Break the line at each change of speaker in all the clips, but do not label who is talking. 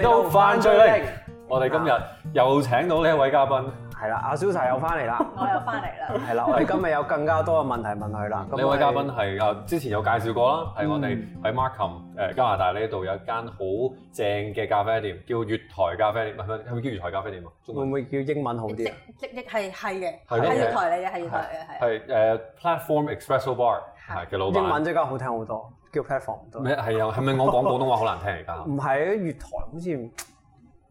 個犯罪力，我哋今日
啊
又請到呢一位嘉賓，
係啦，阿蕭 Sir 又翻 嚟啦，
我又翻嚟啦，
係啦，我哋今日有更加多嘅問題問佢啦。咁
呢位嘉賓
我哋嗯
係啊之前有介紹過啦，係我哋喺 Markham 誒加拿大呢度有一間好正嘅咖啡店，叫月台咖啡店，唔係係咪叫月台咖啡店啊？中
會
文
唔會叫英文好啲啊？
即亦係係嘅，
係咯
係月台嚟嘅，係月台嘅，係。
係誒呃 Platform Espresso Bar 係嘅老
英文
闆。
即刻好聽好多，叫 platform 都
咩係啊？係咪我講廣東話好難聽而家？
唔係月台好似唔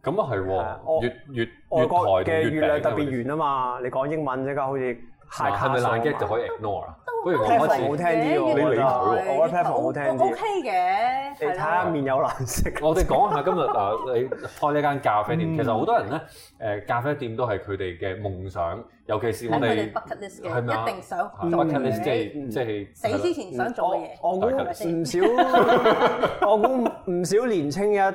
咁啊
係啊
係喎，
我
月月
外
月台
國
同
嘅月亮
餅
特
都有
別
啲
圓啊嘛，你講英文即刻好似
嗱
high 啊
係咪
class
爛 gag 就
以
可以 ignore 啊？不如
都
我
聽
開
platform
始
好。聽啲喎，
你
我覺
理佢喎
得我覺得 platform 好聽
我哦 OK
啲。
嘅，
你睇下
係啦
面有難色，
我哋講下今日啊，你開呢間咖啡店，
嗯
其實好多人咧，誒咖啡店都係佢哋嘅夢想，尤其是我
係佢
哋
哋 bucket list
係咪啊
嘅，一定想
啊
做
bucket
嘅
list 即係
嗯
即係
死之前想做嘅嘢。
我我估
大家
唔少，我估唔少年青一代，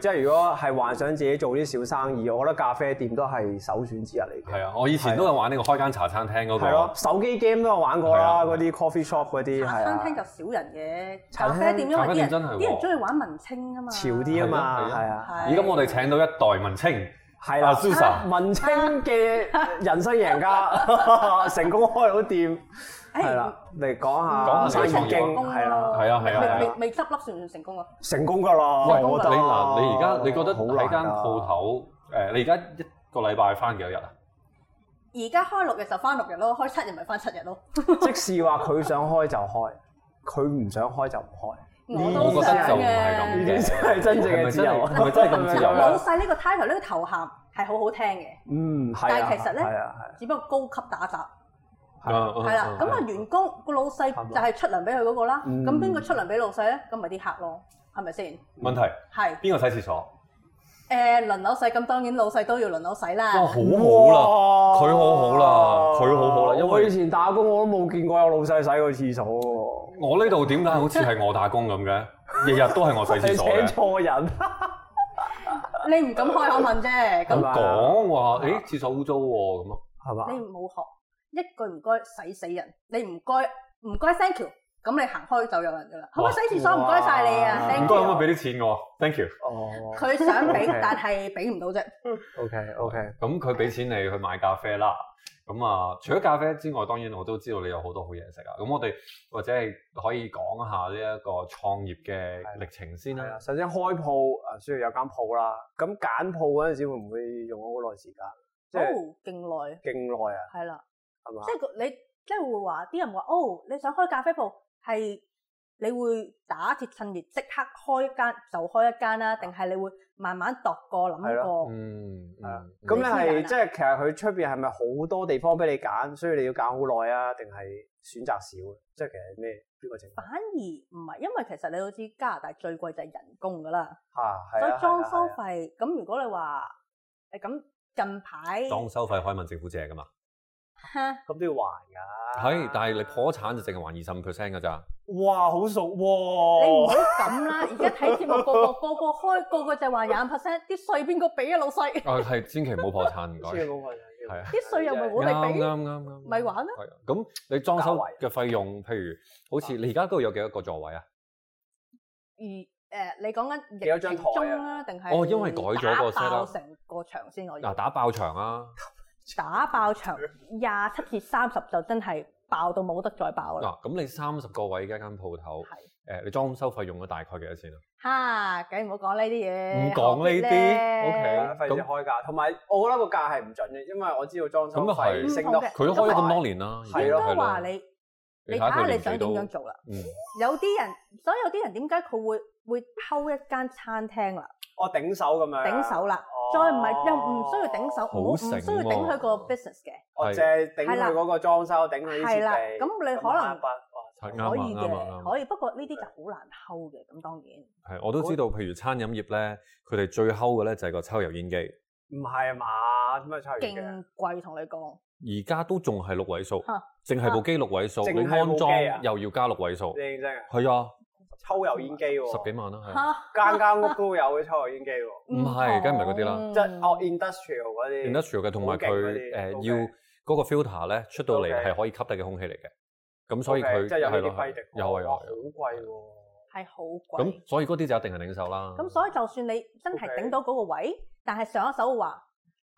即係如果係幻想自己做啲小生意，我覺得咖啡店都係首選之一嚟嘅。
係啊！我以前都有玩呢個開間茶餐廳嗰
係啊咯
個，，
手機 game 都有玩過
係啊
啦，嗰啲 coffee shop 嗰啲
茶
係
餐廳
啊，
就少人嘅，
茶
咖
餐廳
啡店因
咖
為
啡
啲
店
人
真係喎
啲人中意玩文青啊嘛，
潮啲啊嘛，
係啊係啊
係啊，
係
咦咁我哋請到一代文青
係
阿
啦，
Susa，
文青 嘅人生贏家， 成功開到店，
誒
係啦，嚟
講下
講下
你嘅
生意經
成
功咯
係啦，
係啊係啊係
未
啊！
未未執笠算唔算成功啊？
成功㗎啦，
喂，
我覺得
你嗱，你而家你覺得
好
喺間
難啊㗎
鋪頭誒，你而家一個禮拜翻幾多日啊？
而家開六日就翻六日咯，開七日咪翻七日咯。
即使話佢想開就開，佢唔想開就唔開。
我
我
都
覺得
想
就唔
係咁
呢
嘅
嘅。
啲真係真正嘅自由，
係咪真係係咪真係咁自由啊
老細呢個 title 呢個頭銜係好好聽嘅，
嗯，係啊。
但係其實咧
係啊，係啊
只不過高級打雜。
係啊
哦
係啦，咁啊員工個老細就係出糧俾佢嗰個啦，
嗯
咁邊個出糧俾老細咧？咁咪啲客咯，係咪先？
問題
係
邊個洗廁所？
誒輪流洗，咁當然老細都要輪流洗啦。
啊
哇，好好啦！啊佢好好啦佢好好啦因為
我以前打工我都冇見過有老細洗過廁所喎。
我呢度點解好似係我打工咁嘅？ 日日都係我洗廁
你
所
請
嘅。
錯人，
你唔敢開口問
咁
係
啫，咁
嘛
講話，誒廁所污糟喎咁啊咯。
係嘛
你？唔好學一句唔該洗死人，你唔該唔該 thank you，咁你行開就有人噶啦。可唔可以洗廁所？唔該晒你啊
哇
唔該，
，thank
可唔
you。
可以俾啲錢我？Thank you。
哦
佢想 俾
Okay，
但係俾唔到啫。
，OK OK，
咁佢俾錢你去買咖啡啦。咁啊，除咗咖啡之外，當然我都知道你有好多好嘢食啊。咁我哋或者係可以講下呢一個創業嘅歷程先
係
啦
啊。。首先開鋪啊，需要有間鋪啦。咁揀鋪嗰陣時會唔會用咗好耐時間？即
哦
係，
勁耐
勁耐啊，
係啦。
係嘛
即？係個你即係會話啲人話哦，你想開咖啡鋪係你會打鐵趁熱即刻開一間就開一間啦，定係你會慢慢度過諗
啊係
過？
嗯，
係啊
嗯
咁你
嗯
係
嗯
即係其實佢出邊係咪好多地方俾你揀，所以你要揀好耐啊？定係選擇少啊？即係其實係咩邊個情況
反而唔係，因為其實你都知加拿大最貴就係人工噶啦，
嚇？係
所
啊
以裝修
係啊
費咁如果你話誒咁近排
裝修費可以問政府借噶嘛？
哈
咁都要還㗎。
係，但係你破產就淨係還二十五 percent 㗎咋。
哇，好熟哦
你唔好
喎！
咁啦，而家睇節目個個個個開個個就話廿 percent，啲税邊個俾啊老細？
啊，係千祈唔好破產，唔該。
知冇問題
係啊。
啲税又咪我哋
啱
俾，
啱啱啱，
咪玩咯
係啊咁你裝修嘅費用，譬如好似你而家嗰度有幾多個座位啊？
而誒、呃你講緊疫
幾多張
情中
台
啊，定係
哦因為改咗個 set
打爆
up
成個場先可以
嗱，打爆場啊！
打爆場廿七至三十就真係爆到冇得再爆啦，
嗱，咁你三十個位嘅一間鋪頭，
係
誒，你裝修費用咗大概幾多錢啊？
嚇，梗係唔好講呢啲嘢，
唔講呢啲
何必咧
OK
啊費事開價，同埋我覺得個價係唔準嘅，因為我知道裝修
咁啊係
費升得
唔同嗯嘅
佢都開咗咁多年啦，已經
係
應
咯
該
係啦
話你
你
你
睇
睇
下佢
下你
年紀
想點
都
樣做啦。
嗯
有啲人，所以有啲人點解佢會會偷一間餐廳啦，
我頂手咁樣。
頂手啦，
哦
再唔係又唔需要頂手，唔好
好
唔需
醒
要頂佢個
喎
business 嘅。
我
係
淨係頂佢嗰個裝修，頂佢啲設
係啦
備。
咁你可能
慳筆哇
係啱啊
可以
啱啊啱啊
嘅，可以。不過呢啲就好難睺嘅，咁當然。
係我都知道，譬如餐飲業咧，佢哋最睺嘅咧就係個抽油煙機，
唔係啊嘛？點解差完嘅？
勁貴，同你
而
講，
家都仲係六位數
嚇，
淨係部機六位數，
淨
你
係
安
部機啊
裝又要加六位數
你，認真啊？
係啊，
抽油煙機喎，
十幾萬啦，係啊。
嚇
間間屋都有嘅抽油煙機喎，
唔係梗係唔係嗰啲啦
嗯
即係哦 industrial 嗰啲。
industrial 嘅，同埋
好勁嗰
佢
啲
誒
OK
要嗰個 filter 咧出到嚟
OK
係可以吸得嘅空氣嚟嘅，咁所以
OK，
佢
即係有呢
係
啲
咯
規定
係，有啊有
哇
啊
好貴喎。
係好貴。
咁所以嗰啲就一定係頂手啦。
咁所以就算你真係頂到嗰個位，但係上一手話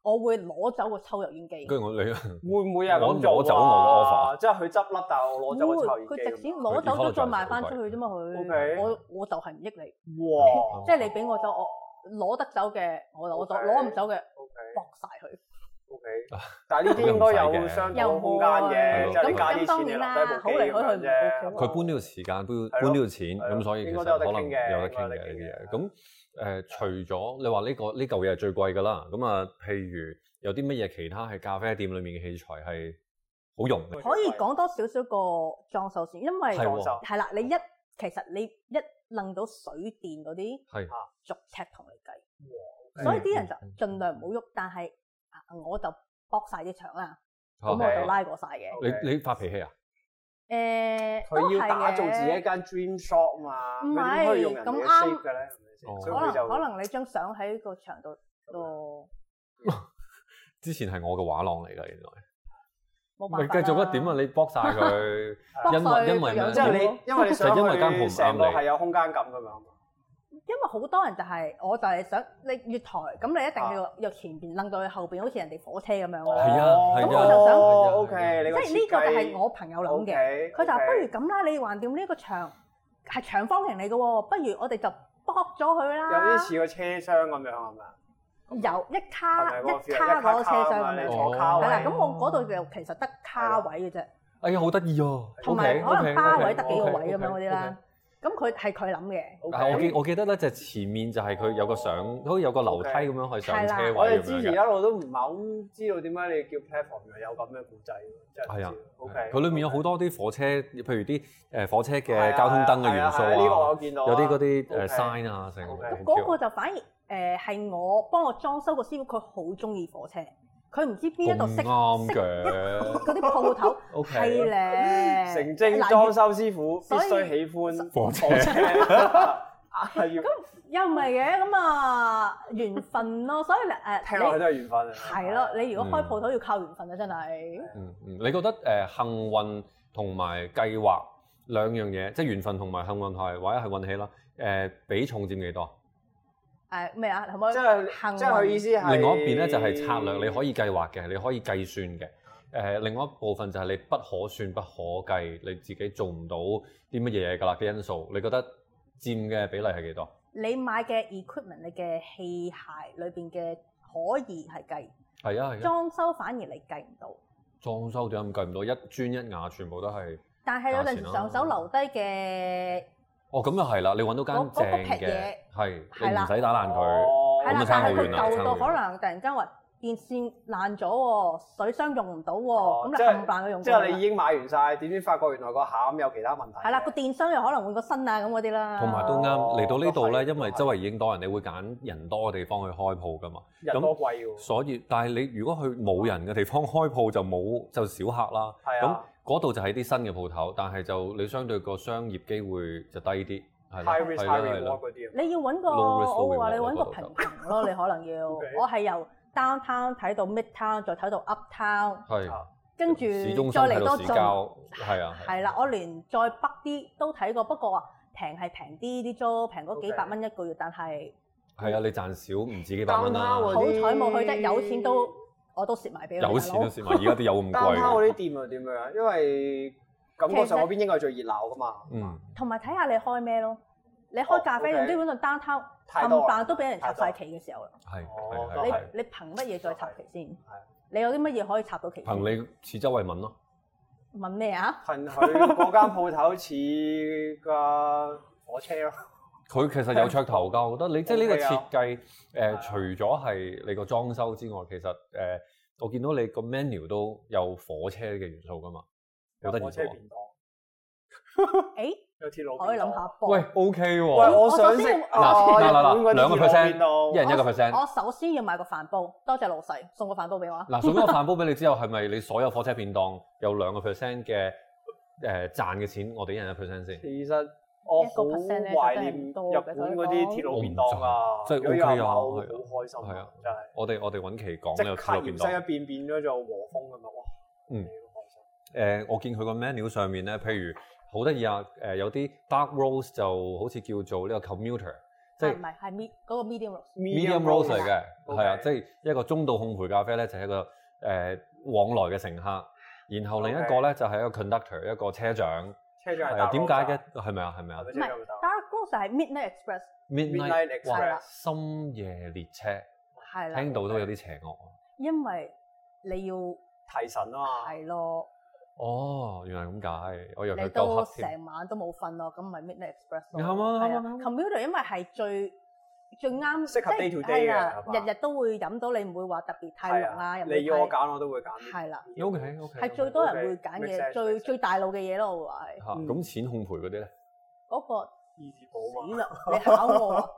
我會攞走個抽油煙機，
跟住我你
會唔會有人
嗯
咁
我攞走
做
我
啊？
個
即係佢執笠，但係我攞走個抽
會
油
佢
煙
直
機
接
咁啊。
攞走咗再
佢 default
賣翻出
就係
去啫嘛。佢
OK
我我就係唔益你，
哇
即係你俾我走，我攞得走嘅我攞走，
OK
攞唔走嘅
！OK
搏晒佢。
OK，但係呢啲應該有相當空間嘅，
又唔會
即係你加啲錢你留低部機咁樣 啫。
佢搬呢個時間，搬
係咯
搬呢個錢，
係咯
咁所以其
應該
實
都有得
可能
傾嘅
有得傾
應
嘅
該有得
呢
傾
啲嘢。
嘅
咁誒，除咗你話呢個呢嚿嘢係最貴㗎啦，咁啊，譬如有啲乜嘢其他喺咖啡店裡面嘅器材係好用嘅，
可以講多少少個裝修先，因為
係喎
裝修
係啦，你一其實你一楞到水電嗰啲
係
逐尺同你計，所以啲人
嗯
就盡量唔好喐。但係啊我就搏晒啲牆啦，咁
啊
我就拉過晒嘅。
你你發脾氣啊？
誒，都
佢要
係
打造
嘅
自己一間 dream shop 嘛，
唔
佢
係
點可以用人哋嘅
咁
shape 嘅咧？
哦
係咪先所以
可
佢
能
就
可能你張相喺個牆度度
之前係我嘅畫廊嚟㗎，原來。
冇
咪
辦
繼
法
續
啦
啊？點啊？？你搏晒佢，
搏
因為
佢
因為
個樣
咩啊
即係
就
你，因為你
就
想
因為間鋪唔啱你
佢成個係有空間感咁樣嘛。
因為好多人就係、我就係想你月台，咁你一定要由前邊楞到去後邊，好似人哋火車咁樣啦。
啊係啊係啊
咁我就想
哦
係啊
，OK，你
即係呢個就係我朋友諗嘅。
嘅
佢就話不如咁啦，你橫掂呢個牆係長方形嚟嘅喎，不如我哋就剝咗佢
有啲
啦。
似個車廂咁樣係咪啊？
由一卡
係咪嗰個 feel？
一卡嗰個車廂
嘛
咁
你
樣
哦
坐。
坐卡
係
位
啦，咁我嗰度就其實得卡位嘅啫，
哎呀好得意啊！
同埋
OK，OK，OK，
可能巴位得幾個
OK，OK，
位咁樣嗰啲啦
OK。
咁佢係佢諗嘅，
OK
但係我記我記得咧，就前面就係佢有個上，好似有個樓梯咁樣可以上車
我
位
哋
咁
之
樣
前一
嘅。啊
路都唔係好知道點解你叫 platform 原來有咁嘅故仔喎，真係唔知
係啊
，OK，
佢裏面有好多啲火車，譬如啲誒火車
係
嘅
啊
交通燈嘅
係啊
元素
係啊呢個我
啊，
見到啊
有啲嗰啲誒
OK
sign 啊，成個
OK
好
咁
嗰個
叫
就反而誒係我幫我裝修個師傅，佢好中意火車，佢唔知邊一度
咁
識
啱
識
嘅
嗰啲鋪頭
OK
係啊咧，
成精
嗱
裝修師傅必
所以
須喜歡
火車
係要
又唔係嘅，咁啊緣分咯，所以你誒
聽落去
你
都係緣分啊。
係咯，你如果開鋪頭要靠緣分啊，真係
嗯嗯，你覺得誒幸運同埋計劃兩樣嘢，即係緣分同埋幸運係或者係運氣啦。誒比重佔幾多？
誒咩啊？可唔可以
即係
幸
即係佢意
運？
思係
另外一邊咧就係策略，你可以計劃嘅，你可以計算嘅。誒、另外一部分就係你不可算、不可計，你自己做唔到啲乜嘢㗎啦嘅因素，你覺得佔嘅比例係幾多？
你買嘅 equipment，你嘅器械裏邊嘅可以係計，
係啊係啊，
裝修反而你計唔到。
裝修點解咁計唔到？一磚一瓦全部都係，
但係有陣
價錢
時
咯
上手留低嘅
哦咁又係啦，你揾到間
嗰嗰
正
嗰劈
嘅
嘢，
係你
係
唔
啦
使打爛佢，
哦
係
咁啊，
啦但
差好
係
遠
佢
啦
舊
差
到
好
啊
可
遠
能突然間話電線爛咗喎，水箱用唔到
哦
喎，咁你
即係
冚唪唥都用
即
過啦
係你已經買完晒，點知發覺原來個餡有其他問題。
係啦，個電箱又可能換個新啊咁嗰啲啦。
同埋都
哦
啱。嚟到呢度咧，
都係
因為周圍已經多人，你會揀人多嘅地方去開鋪㗎嘛。
人多貴喎。
所以，但係你如果去冇人嘅地方開鋪就冇就少客啦。
係
咁
啊
嗰度就係啲新嘅鋪頭，但係就你相對個商業機會就低啲，係啦，
，high risk
係
high
啦，係
reward
啦。
嗰啲啊。
你要揾個，
Low risk, low
我會話你
reward
揾個平衡咯，你可能要。
OK
我係由 downtown 睇到 midtown，再睇到 uptown，
啊
係，
跟住
市中心
再
睇
嚟
到
多
市
進。
郊，係啊，
係啦，我連再北啲都睇過，不過話平係平啲啲租，平嗰幾百蚊一個月，但係
係啊，你賺少唔止幾百蚊啦，
Downtown 嗰
好
啲
彩冇去啫，有錢都我都蝕埋俾佢。
有錢
啊大佬
都蝕埋，而家啲有咁
單攤
貴。
啊嗰啲店又點樣？因為感覺上嗰邊應該係最熱鬧噶嘛。
嗯，
同埋睇下你開咩咯。你開咖啡
哦
店，
，OK
基本上 downtown
太
冚
多
唪
啦
唥都俾人插
太多
晒
啦
旗嘅時候啦，
係
哦
啊係
都
係
係
係。
你你憑乜嘢再插旗先？你有啲乜嘢可以插到旗先？
憑你似周慧敏咯，
問咩啊？
憑佢嗰間鋪頭似架火車咯。
佢其實有噱頭㗎，我覺得你即係呢個設計誒，
啊
除咗係你個裝修之外，其實誒，我見到你個 menu 都有火車嘅元素㗎嘛，好
有
得意
火車
喎。
便當，
誒，
有鐵路
我可以
便當。
諗下波。
喂，OK 喎。
喂，我
我
想
首
食啊
先要
嗱嗱嗱嗱，兩個 percent，一
一
人一個 percent。
我首先要買個飯煲，多謝老細送個飯煲俾我啊！
嗱，送咗個飯煲俾你之後，係咪你所有火車便當有兩個 percent 嘅誒賺嘅錢，我哋一人一 percent 先？
其實我好
1%呢
懷念日本嗰啲鐵路便當啊，
真係
如果有
OK 啊
話我
係
會
啊
好開心
係
啊
啊，
真係。
我哋我哋揾期講
即
呢個
刻
鐵路
芫
便
西一
當。
變變咗做和風咁樣，哇！
嗯
你好開心。
誒，我見佢個 menu 上面咧，譬如好得意啊，誒有啲 dark roast 就好似叫做呢個 commuter，即係
唔係係 med 嗰個 medium roast。
medium roast 嚟嘅，
OK
係啊，即係一個中度烘焙咖啡咧，就係一個誒、往來嘅乘客。然後另一個咧就係一個 conductor，一個車長。
車長
係
係
啊，
搭
點解
羅
嘅
渣？？
係咪啊？係咪啊
係咪車長會搭
Dark roast 係 midnight express，
？Midnight
Midnight
哇
Express
深夜列車，
係啦，
聽到都有啲邪惡。
因為你要
提神啊嘛，
係咯，
哦，原來咁解，我以為
你
佢
都
夠黑添。
成晚都冇瞓咯，咁咪 midnight express 咯。
啱啊
係
啱啊啱啊
Commuter 因為係最最啱，
適合
即係
day to day 嘅
係啦
係嘛
日日都會飲到，你唔會話特別太
係
濃啊，又唔會
你要我
太
揀我都會揀呢
係啦，
O K O K，
係 最多人會
OK，
揀
make sense，
嘅最
make sense
最大路嘅嘢咯，我會話係
嚇咁淺烘焙嗰啲咧，
嗰個
啲寶
死
嘛。
啦，你考我啊！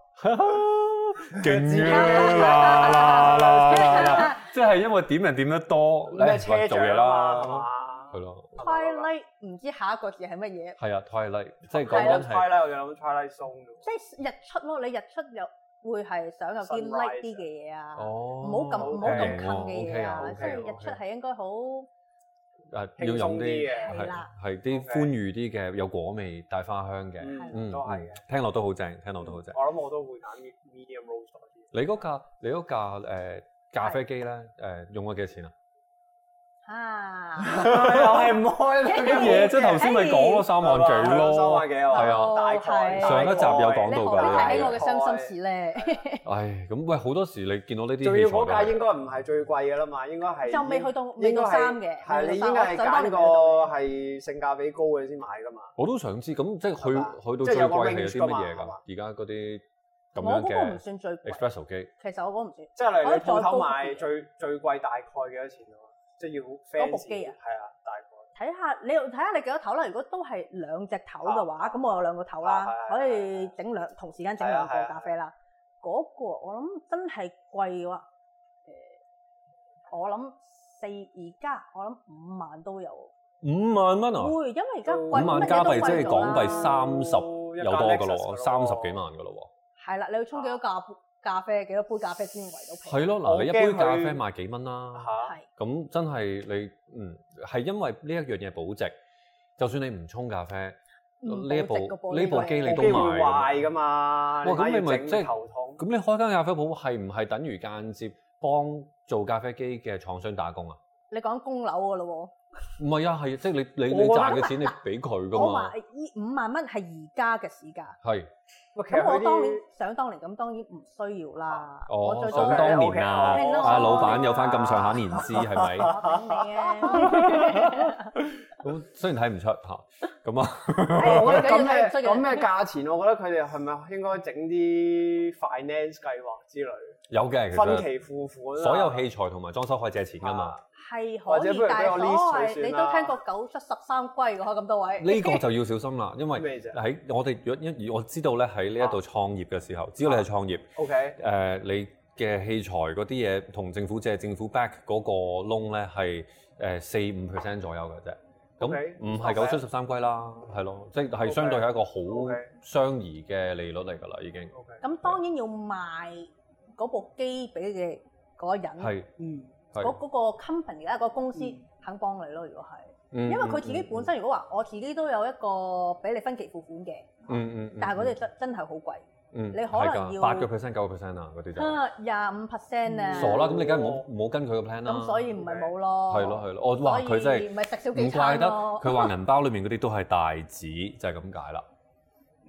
勁
啊
啦啦啦啦啦！即係因為點人點得多，
咩
誒
車
做
長
嘢
啊嘛
啦，
係嘛
係？咯，
Twilight 唔知下一個字係乜嘢，
係啊，twilight，即係
我
講
諗
緊
t w i
係
l i 我就諗 Twilight Zone 啫
即係日出咯。你日出又會係想有啲
Sunrise
light 啲嘅嘢啊，
哦，
唔好咁唔好咁近嘅嘢啊。即係
係
日出係應該好
誒
輕
啊要
鬆
飲
啲
啲
嘅
係啦
係啲
OK
寬裕啲嘅，有果味帶花香嘅，
喎，
嗯
嗯，都係嘅。，
聽落都好正，聽落都好正。
我諗我都會揀 medium roast 多啲。
你嗰架你嗰架誒咖啡機咧誒用咗幾多 錢啊？
啊，
又係唔開啦
啲嘢哎即係頭先咪講
哎
咯，三萬幾
三
咯
萬。幾啊？
係啊
大概
係
上一集有講
你
到㗎
何必
啦
睇起我嘅傷心事咧？
唉，咁喂，好多時你見到呢啲
仲要
器材都
嗰架應
係
該唔係最貴嘅啦嘛，應該係
就未去到未
應該
到
係
三嘅，
係你
未
應
到三
該係
我想當
揀
年
個
未到
係性價比高嘅先買噶嘛。
我都想知，咁即係去
係嘛
去到
即
最
係有個
貴係有啲乜
range
嘢
㗎嘛
㗎？而家嗰啲咁
我
樣
嗰個唔
嘅
算最貴，
espresso 機，
其實我嗰個唔算。
即係例如你
可以再
鋪頭
高級
買
啲
最最貴大概幾多錢啊？即係要好
嗰
fancy
部機啊
係啊，大概
睇下你睇下你幾多頭啦。如果都係兩隻頭嘅話，咁我有兩個頭
啊
啦
係，
可以整兩同時間整兩個
係啊係啊
咖啡啦。嗰個我諗真係貴嘅話，誒，我諗四而家我諗五萬都有，
五萬蚊啊！
會因為而家貴
五
萬
乜嘢
加
都
幣即
貴
係
咗
港幣
啦
30有多㗎咯，三十幾。萬㗎咯
係啦，你要沖幾多咖咖啡，幾多杯咖啡先圍到
喎。
皮？
係咯，
我
嗱，你一杯
驚佢
咖啡賣幾蚊啦？
嚇，
係
咁真係你嗯係因為呢一樣嘢保值，就算你唔沖咖啡，
唔
呢一部
保值嗰部
呢部
呢個
機你
部
都
機會
買㗎嘛
壞噶嘛，
哇咁
你
你
咪
咪
整
即係
頭痛。
咁你開間咖啡鋪係唔係等於間接幫做咖啡機嘅廠商打工啊？
你講供樓嘅咯
唔係啊，係即係你你
我
你
覺得
賺嘅錢你俾佢
喎，
噶
我話
嘛？
依五萬蚊係而家嘅市價。
係
喂其實
咁我
佢
當
啲
年 想當年咁當然唔需要啦。
哦
我最多
想
係
當年
OK，OK，
啊
哦
明啦
啊，
我
老闆有翻咁上下年資係咪？
我 頂你啊！
咁雖然睇唔出嚇，咁啊，
哎
我覺得咁
唔緊要
咩
唔緊要
咁咩價錢，我覺得佢哋係咪應該整啲 finance 計劃之類，
有嘅其
分
實
期付款啊啊
所有器材同埋裝修可以借錢噶嘛。
係
或
可
者
以
不如，俾
但
我
係
list
所
佢
謂
算啦
你都聽過九出十三歸嘅嗬，咁多位。
呢個就要小心啦，因為
咩啫
喺我哋若因我知道咧喺呢一度創業嘅時候，只要你係創業，
？OK，
誒、呃你嘅器材嗰啲嘢同政府借政府 back 嗰個窿咧係誒四五 percent 左右嘅啫。咁
OK，
唔係九出十三歸啦，係咯，即係相對係一個好
OK
相宜嘅利率嚟㗎啦，已經
OK，
咁當然要賣嗰部機俾嘅嗰個人，
係
嗯，
係，
嗰嗰個 company 啦，嗰個公司
嗯
肯幫你咯。如果係，
因
因為佢自
嗯
己本身如果話我自己都有一個俾你分期付款嘅，
嗯，嗯嗯，
但係嗰啲真真係好貴，
你
你可能要
八個 percent、九個 percent 啊，嗰啲就傻
啊廿五 percent 啊，
啦，咁你梗係冇冇跟佢個 plan 啦。
咁所以唔係冇咯。
係咯係咯，我哇
所
佢
以
真係
咪食少
唔
幾
怪
餐
得
咯。
佢話銀包裡面嗰啲都係大紙，就係咁解啦。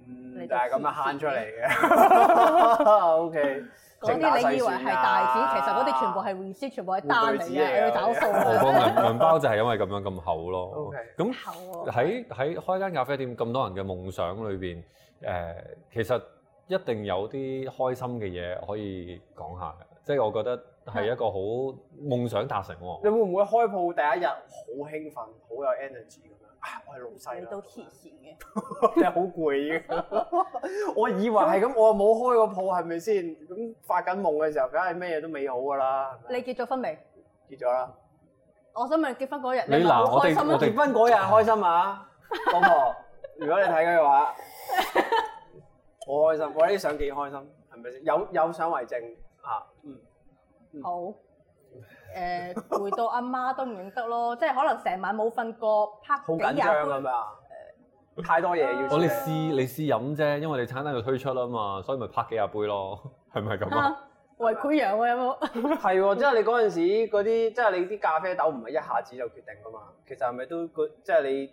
嗯
你，
但係
就
咁樣慳
試
出嚟嘅 ，OK，
嗰啲你以為係大紙，其實嗰啲全部係 receipt，全部係單嚟嘅，你要找數
我個
啊！
銀銀包就係因為咁樣咁厚咯
OK。
咁
厚啊
喺喺開間咖啡店咁多人嘅夢想裏邊，誒、其實一定有啲開心嘅嘢可以講下嘅，即係我覺得係一個好夢想達成
你
喎。
會唔會開鋪第一日好興奮，好有 energy 咁樣？啊，我係老細
你
啦，
都黐 線嘅，
你好攰已經 我以為係咁，我冇開個鋪係咪先？咁發緊夢嘅時候，梗係咩嘢都美好㗎啦。係咪
你結咗婚未？
結咗啦，
我想問你結婚嗰日，
你
咪好
嗱我哋
開心
我
啊
哋
結婚嗰日開心啊，老婆，如果你睇緊嘅話，我開心，我呢啲相幾開心，係咪先？有有相為證啊，嗯，
好，誒、回到阿媽都唔認得咯， 即係可能成晚冇瞓過，拍
好
幾
緊
廿
張
杯
咁樣啊！太多嘢要處
我
理
哋試你試飲啫，因為你餐單要推出啊嘛，所以咪拍幾廿杯咯，係咪咁啊？
啊，圍潰羊喎有 冇？
係喎，即係你嗰陣時嗰啲，即係你啲咖啡豆唔係一下子就決定噶嘛。其實係咪都個即係你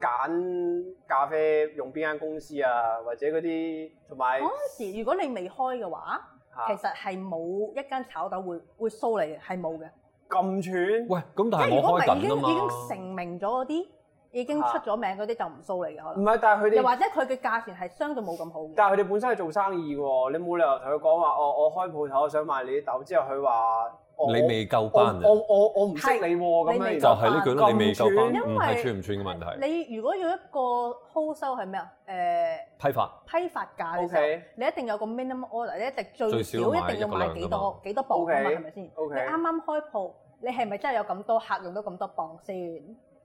揀咖啡用邊間公司啊，或者嗰啲同埋
嗰陣時哦如果你未開嘅話，
啊
其實係冇一間炒豆會會騷你嘅，係冇嘅。
咁串
喂，咁但
即
係
係如果
我
唔
開
係
緊
已經
啊
已經
嘛，
成名咗嗰啲，已經
啊
出咗名嗰啲就唔騷你嘅可
唔
能。
係，但係佢
又
哋
或者佢嘅價錢係相對冇咁好嘅。
但係佢哋本身係做生意喎，你冇理由同佢講話，哦我我開鋪頭，我想賣你啲豆，之後佢話我
你未夠
我
班啊
我，我我唔識你喎咁
你未
樣，
就係呢句咯，
咁
你未夠班，
串
唔
因為
係串唔串嘅問題，
你如果要一個好收係咩啊？誒、
批發
批發價嘅時候
OK
你一定有個 minimum order，你一定最
最
少
少
一
買
定要
一個
買
量
幾
㗎嘛
多幾多磅啊㗎嘛，
OK
係咪先？你
OK
啱啱開鋪，你係咪真係有咁多客用到咁多磅先？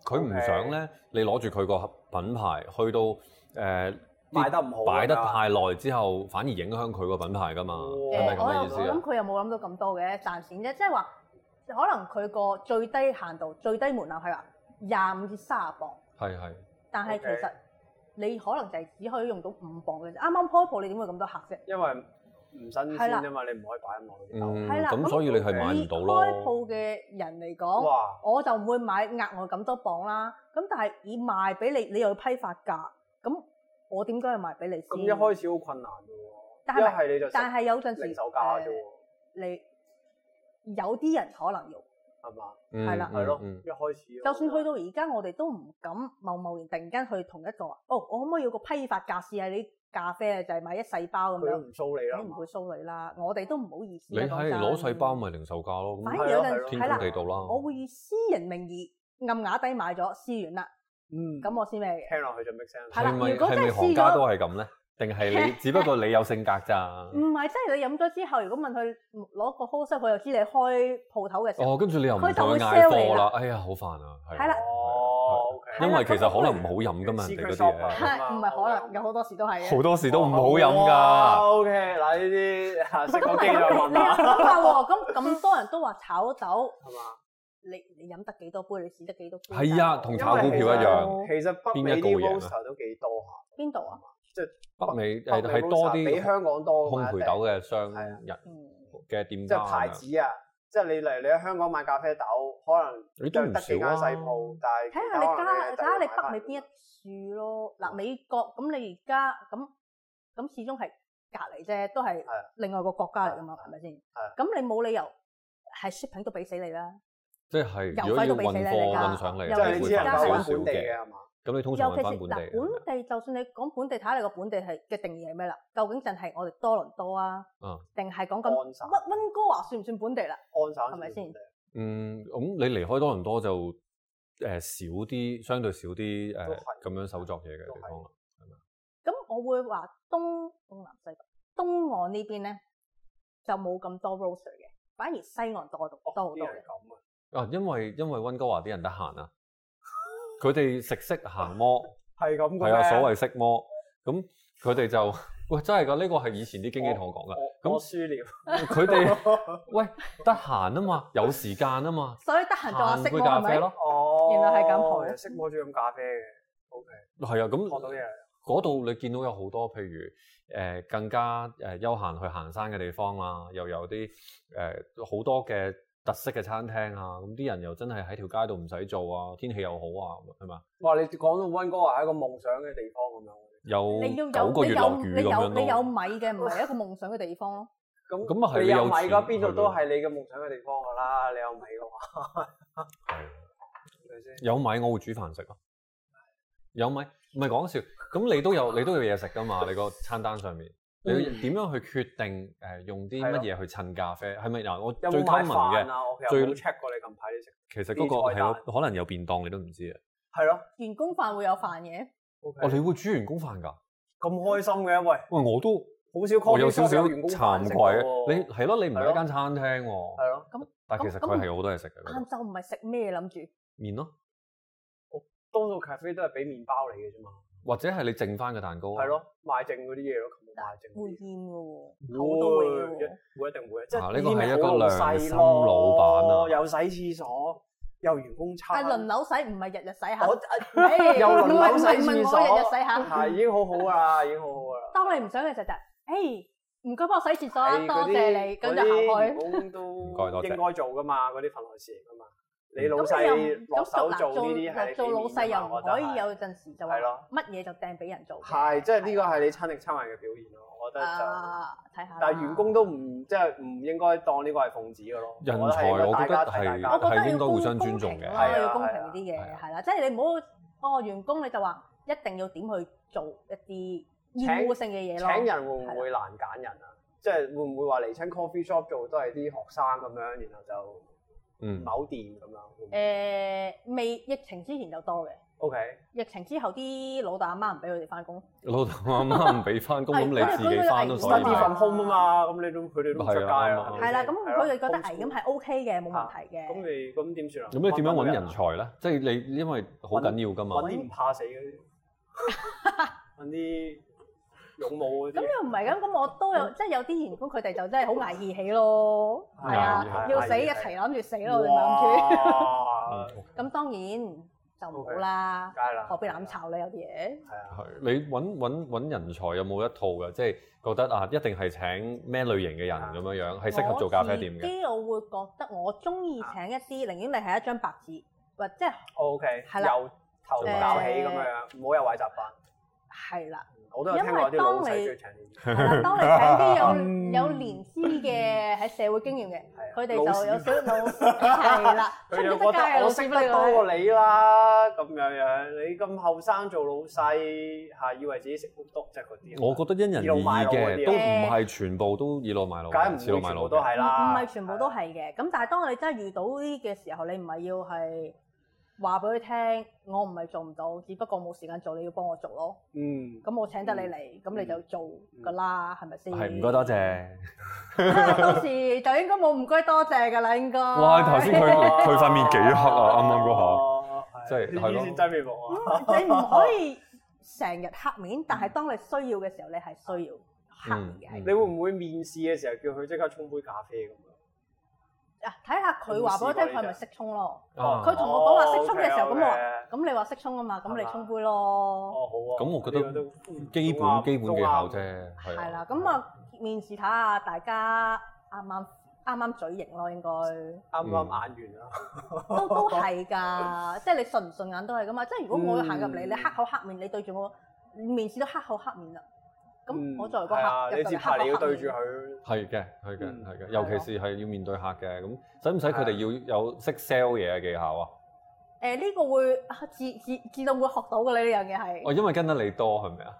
佢唔
OK
想咧，你攞住佢個品牌去到誒
賣得唔好啊
擺得太耐之後，反而影響佢個品牌噶嘛，
哦
係咪
誒，
咁
我
嘅
又我
意思啊
諗？佢又冇諗到咁多嘅賺錢啫，即係話可能佢個最低限度、最低門檻係話廿五至三十磅，
係係，
但係
OK
其實你可能就係只可以用到五磅嘅啫。啱啱開鋪，你點會咁多客啫？
因為唔新鮮
係啦
啫嘛，你唔可以擺咁耐啲豆。
嗯，
係啦咁
咁所以你係買唔到咯。
以開鋪嘅人嚟講。
哇！
我就唔會買額外咁多磅啦。咁但係以賣俾你，你又要批發價，咁我點解要賣俾你先？
咁一開始好困難嘅
嗯但
喎，
係
一係你就
但係有陣時
零售價啫
誒
喎，
你有啲人可能要，
係嘛？
嗯
係啦
嗯
係咯，
嗯
一開始啊
就算去到而家，我哋都唔敢貿貿然突然間去同一個話，哦，我可唔可以要個批發價試下你啲咖啡啊？就係買一細包咁
佢都
樣，
唔收你啦，
你唔會騷你啦。我哋都唔好意思
啊你
啊。
係
講真
攞細包，咪零售價咯，
反
咁
而哎有陣
係咯
時
天
係啦
公，地道啦。
我會以私人名義暗啞底買咗，試完啦，
嗯，咁
咁我先咩
啊
嘅。
聽落去就 make sense。
係啦
係咪
如果真
係
係
咪行
試咗
家都係咁咧？定係你只不過你有性格咋？
唔係，即係你飲咗之後，如果問佢攞個 h o s e 佢又知你開鋪頭嘅時候，
哦，跟住你又唔
佢就
同
會
佢嗌
sell 你
貨
啦
啦，哎呀，好煩啊！係啊
係啦
哦，OK，
因為其實可能唔好
係
飲噶嘛，人哋
secret
嗰
shopper 哦
啲
係 唔係可能有好多時都係
嘢，
嘅。
好多時都唔好飲
哇
㗎。
OK，嗱呢啲啊嚇食
咁
個機
咪
就
咁
問
你 你有
啦，
諗法
啊
喎？咁咁多人都話炒豆，
係嘛？
你你飲得幾多杯？你試得幾多杯㗎？
係啊，同炒股票一樣。
其實北
邊
美啲
一個會贏啊
roaster 都幾多下，
邊度啊？
即係
北美
北
誒
美
係多
roaster 比
啲
香港多㗎
烘
嘛
焙
一定
豆嘅商
係啊
人
嗯，
嘅店
即
家
係
啊，
牌子啊！即係你嚟你喺香港買咖啡豆，可能
你都
就
唔
得
少
幾間
啊。
細鋪，但係
睇下你加
家
睇下你北美邊一樹咯。嗱，美國咁你而家咁咁始終係隔離啫，都係
係
另外個國家嚟㗎嘛，係啊咪先？咁你冇理由係 shipping 都俾死你啦。
即係
郵
如果
費都
要運
俾死你
貨
㗎
運上嚟，
尤
即係
其
你
你
會
只能
賺
夠
少
揾
少
本地
嘅
嘅。係嘛？
咁你通常
尤其
揾
是
翻本地人
嗱，本地就算你講本地，睇下你個本地係嘅定義係咩啦？究竟淨係我哋多倫多啊
嗯，
定係講緊
安省
温温哥華算唔算本地啦？
安省
係咪先
嗯，咁你離開多倫多就誒、少啲，相對少啲誒
都係
咁樣手作嘢嘅
都係
地方啊啦。
咁我會話東東南西北東岸呢邊咧就冇咁多 roaster 嘅，反而西岸多到多好
啲
多
人
嘅。
咁啊，
啊，因為因為温哥華啲人得閒啊，佢哋食色行 魔，
係咁嘅
係啊，所謂色魔，咁佢哋就喂真係㗎，呢個係以前啲經紀同我講
我我輸了，
㗎，佢哋 喂得閒啊嘛，有時間啊 嘛，
所以得閒就話識
杯
我
咖
係
啡
咪？
咯，
哦，
原來係咁好
識摸住飲咖啡嘅，OK，
係啊，
學到
咁
嘢啦。
嗰度你見到有好多譬如誒、呃更加誒、呃、休閒去行山嘅地方啦，又有啲誒好多嘅特色嘅餐廳啊，咁啲人又真係喺條街度唔使做啊，天氣又好啊，係嘛？
哇！你講到温哥華係一個夢想嘅地方咁樣，
有
你要
九
有
個
你
月
有
落雨
你
咁
有
樣
你有
咯，
米嘅，唔係一個夢想嘅地方咯。
咁
咁啊係
你
你有
有米嘅
錢
邊度都
係
係你嘅夢想嘅地方㗎啦。你有米嘅話，
係
係咪先？
有米我會煮飯食咯，有米唔係講笑，咁你都 有你都有嘢食噶嘛？你個餐單上面。你要
嗯
點樣去決定誒、呃用啲
係咯
乜嘢去襯咖啡？係咪嗱？我
有
最
冇買
common
飯
嘅
啊？我其實
最
冇 check 過你近排啲食，
其實嗰個
啲菜
係
單
有可能有便當，你都唔知啊！
係咯
員工飯會有飯嘅，
，OK，
哦，你會煮員工飯㗎？
咁開心嘅喂，
喂，我都
好少 coffee
我有少
shop
少
員工飯
慚
食
愧
喎
嘅，你係咯，你唔
係咯
係一間餐廳喎，
係咯，
但其實佢係有好多嘢食嘅嗰
啊
晏
度，
晝唔係食咩諗住？
面咯，
多數 cafe 都係俾麵包你嘅啫嘛。
或者係你剩翻嘅蛋糕啊。
係咯，賣剩嗰啲嘢咯，冚賣剩嗰
會
啲嘢。
厭嘅喎，口都會嘅
會一
喎。
會一定會，即係
啊呢個
啲
係
咪
一個
好老
良
細
心
咯
老闆啊
又洗廁所，又員工餐
但，係輪流洗，唔係日日洗下。
我
唉
又輪
唔係
流洗
唔係
廁所，
我日日洗下。
係已經好好㗎啦，已經好好㗎啦。
當你唔想嘅時候就係，誒唔該幫我洗廁所啊，
係
多
嗰啲
謝你，跟住行
嗰啲員
開。
工
唔該
都
多謝
應該做㗎嘛，嗰啲份內事嚟㗎嘛。你老
咁你又
細
唔
落手
咁
做呢啲係
嗱做老細
細
又唔可以有陣時就話
係咯
乜嘢就掟俾人做嘅。
係，即係呢個係你親力親為嘅表現咯，我覺得就。
啊，睇下啦。
但係員工都唔即係唔應該當呢個係奉旨嘅咯。
人才
我覺得係大家睇大家
我覺得
係
要
啊應該
公
互相尊重嘅
公平咯
係啊
要公平啲
係
嘢
啊
係啦，即係你唔好哦員工你就話一定要點去做一啲
請
厭惡性嘅嘢咯。
請人會唔會難揀人啊？即係會唔會話嚟親 coffee shop 做都係啲學生咁樣，然後就唔
嗯
係，好掂咁樣會唔會。
誒未疫情之前就多嘅，
O K，
疫情之後啲老豆阿媽唔俾佢哋翻工，
老豆阿媽唔俾翻工，咁
係
你自己翻都
唔
所
得
以
嗰個
咪
係
啲份 home 啊嘛，咁你都佢哋都唔出街啦。
係啊啊
係啦，咁佢哋覺得危
咁
險係 OK 嘅，冇問題
咁
嘅。
你咁點算啊？
咁你點樣揾人？才咧？即係你因為好緊要噶嘛。
揾啲唔怕死嗰啲，揾啲勇武嗰
咁
啲。
又唔係咁，咁我都有即係有啲員工佢哋就真係好捱義氣咯，
係
係啊
捱義，氣
要死一齊諗住死咯，你咪諗
哇！
嗯
住。咁當然就唔好啦，
梗係 啦，
何必攬炒咧？有啲嘢
係啊，
係你揾揾揾人才有冇一套嘅？即係覺得啊，一定係請咩類型嘅
啊
人咁樣樣，係適合做咖啡店
我自
嘅。
己我會覺得我中意請一啲，寧願你係一張白紙，或者係
O K，
係啦
由頭搞起咁樣，唔好有壞習慣。
係啦。
我都有聽過啲老細最長年，
係啦，當你請
嗯
啲有有年資嘅喺社會經驗嘅， 佢哋就
老屎
有少老係啦，出
佢
唔
就
出
覺
得街嘅
得
老
我
屎
識
忽你
得多過你啦，咁樣樣你咁後生做老細嚇，以為自己食好多啫嗰啲。啊
我覺得因人而異嘅，
二路賣路嗰啲啊
都唔係全部都以老賣老
梗係
嘅，
唔
恃老賣老
會全部
嘅
都係啊
唔
啦，
唔係全部都係嘅，咁但係當你真係遇到呢啲嘅時候，你唔係要係話俾佢聽，我唔係做唔到，只不過冇時間做，你要幫我做咯。
嗯。
咁我請得你嚟，咁你就做㗎啦，係咪先？
係唔該多謝。
啊到時就應該冇唔該多謝㗎啦，應該。
哦
哇頭先佢 佢塊面幾黑啊啱啱
嗰
即係係咯
先真面目
嗯
啊！
你唔可以成日黑面，但係當你需要嘅時候，你係需要黑面嘅。係
嗯
你會唔會面試嘅時候叫佢即刻沖杯咖啡咁樣？
啊，睇下佢話俾我聽，佢係咪識沖咯？
啊
佢同我講話識沖嘅時
哦
候，咁我話
OK，OK
咁你話識沖啊嘛，咁你沖杯
哦，
咯。
好啊。
咁我覺得
呢個都
基本基本技巧。啫，
係
哦
係
啦，咁啊面試睇下大家啱唔啱啱唔啱嘴型咯，應該
都啱啱
嗯
啱眼完啊啦。
都都係㗎，即係你順唔順眼都係㗎嘛。即係如果我行入嚟，
嗯
你黑口黑面，你對住我面試都黑口黑面啦。
嗯
咁我作為個
係啊
客，
你
入
接
嚟
下
黑
你要
口黑
對住
面。
佢。
係嘅，係嘅，
嗯
係嘅，
係
尤
咯
其是係要面對客嘅，咁使唔使佢哋要有識 sell 嘢嘅技巧啊？
誒呢個會啊自自自動會學到嘅咧，呢樣嘢係
哦，因為跟得你多係咪啊？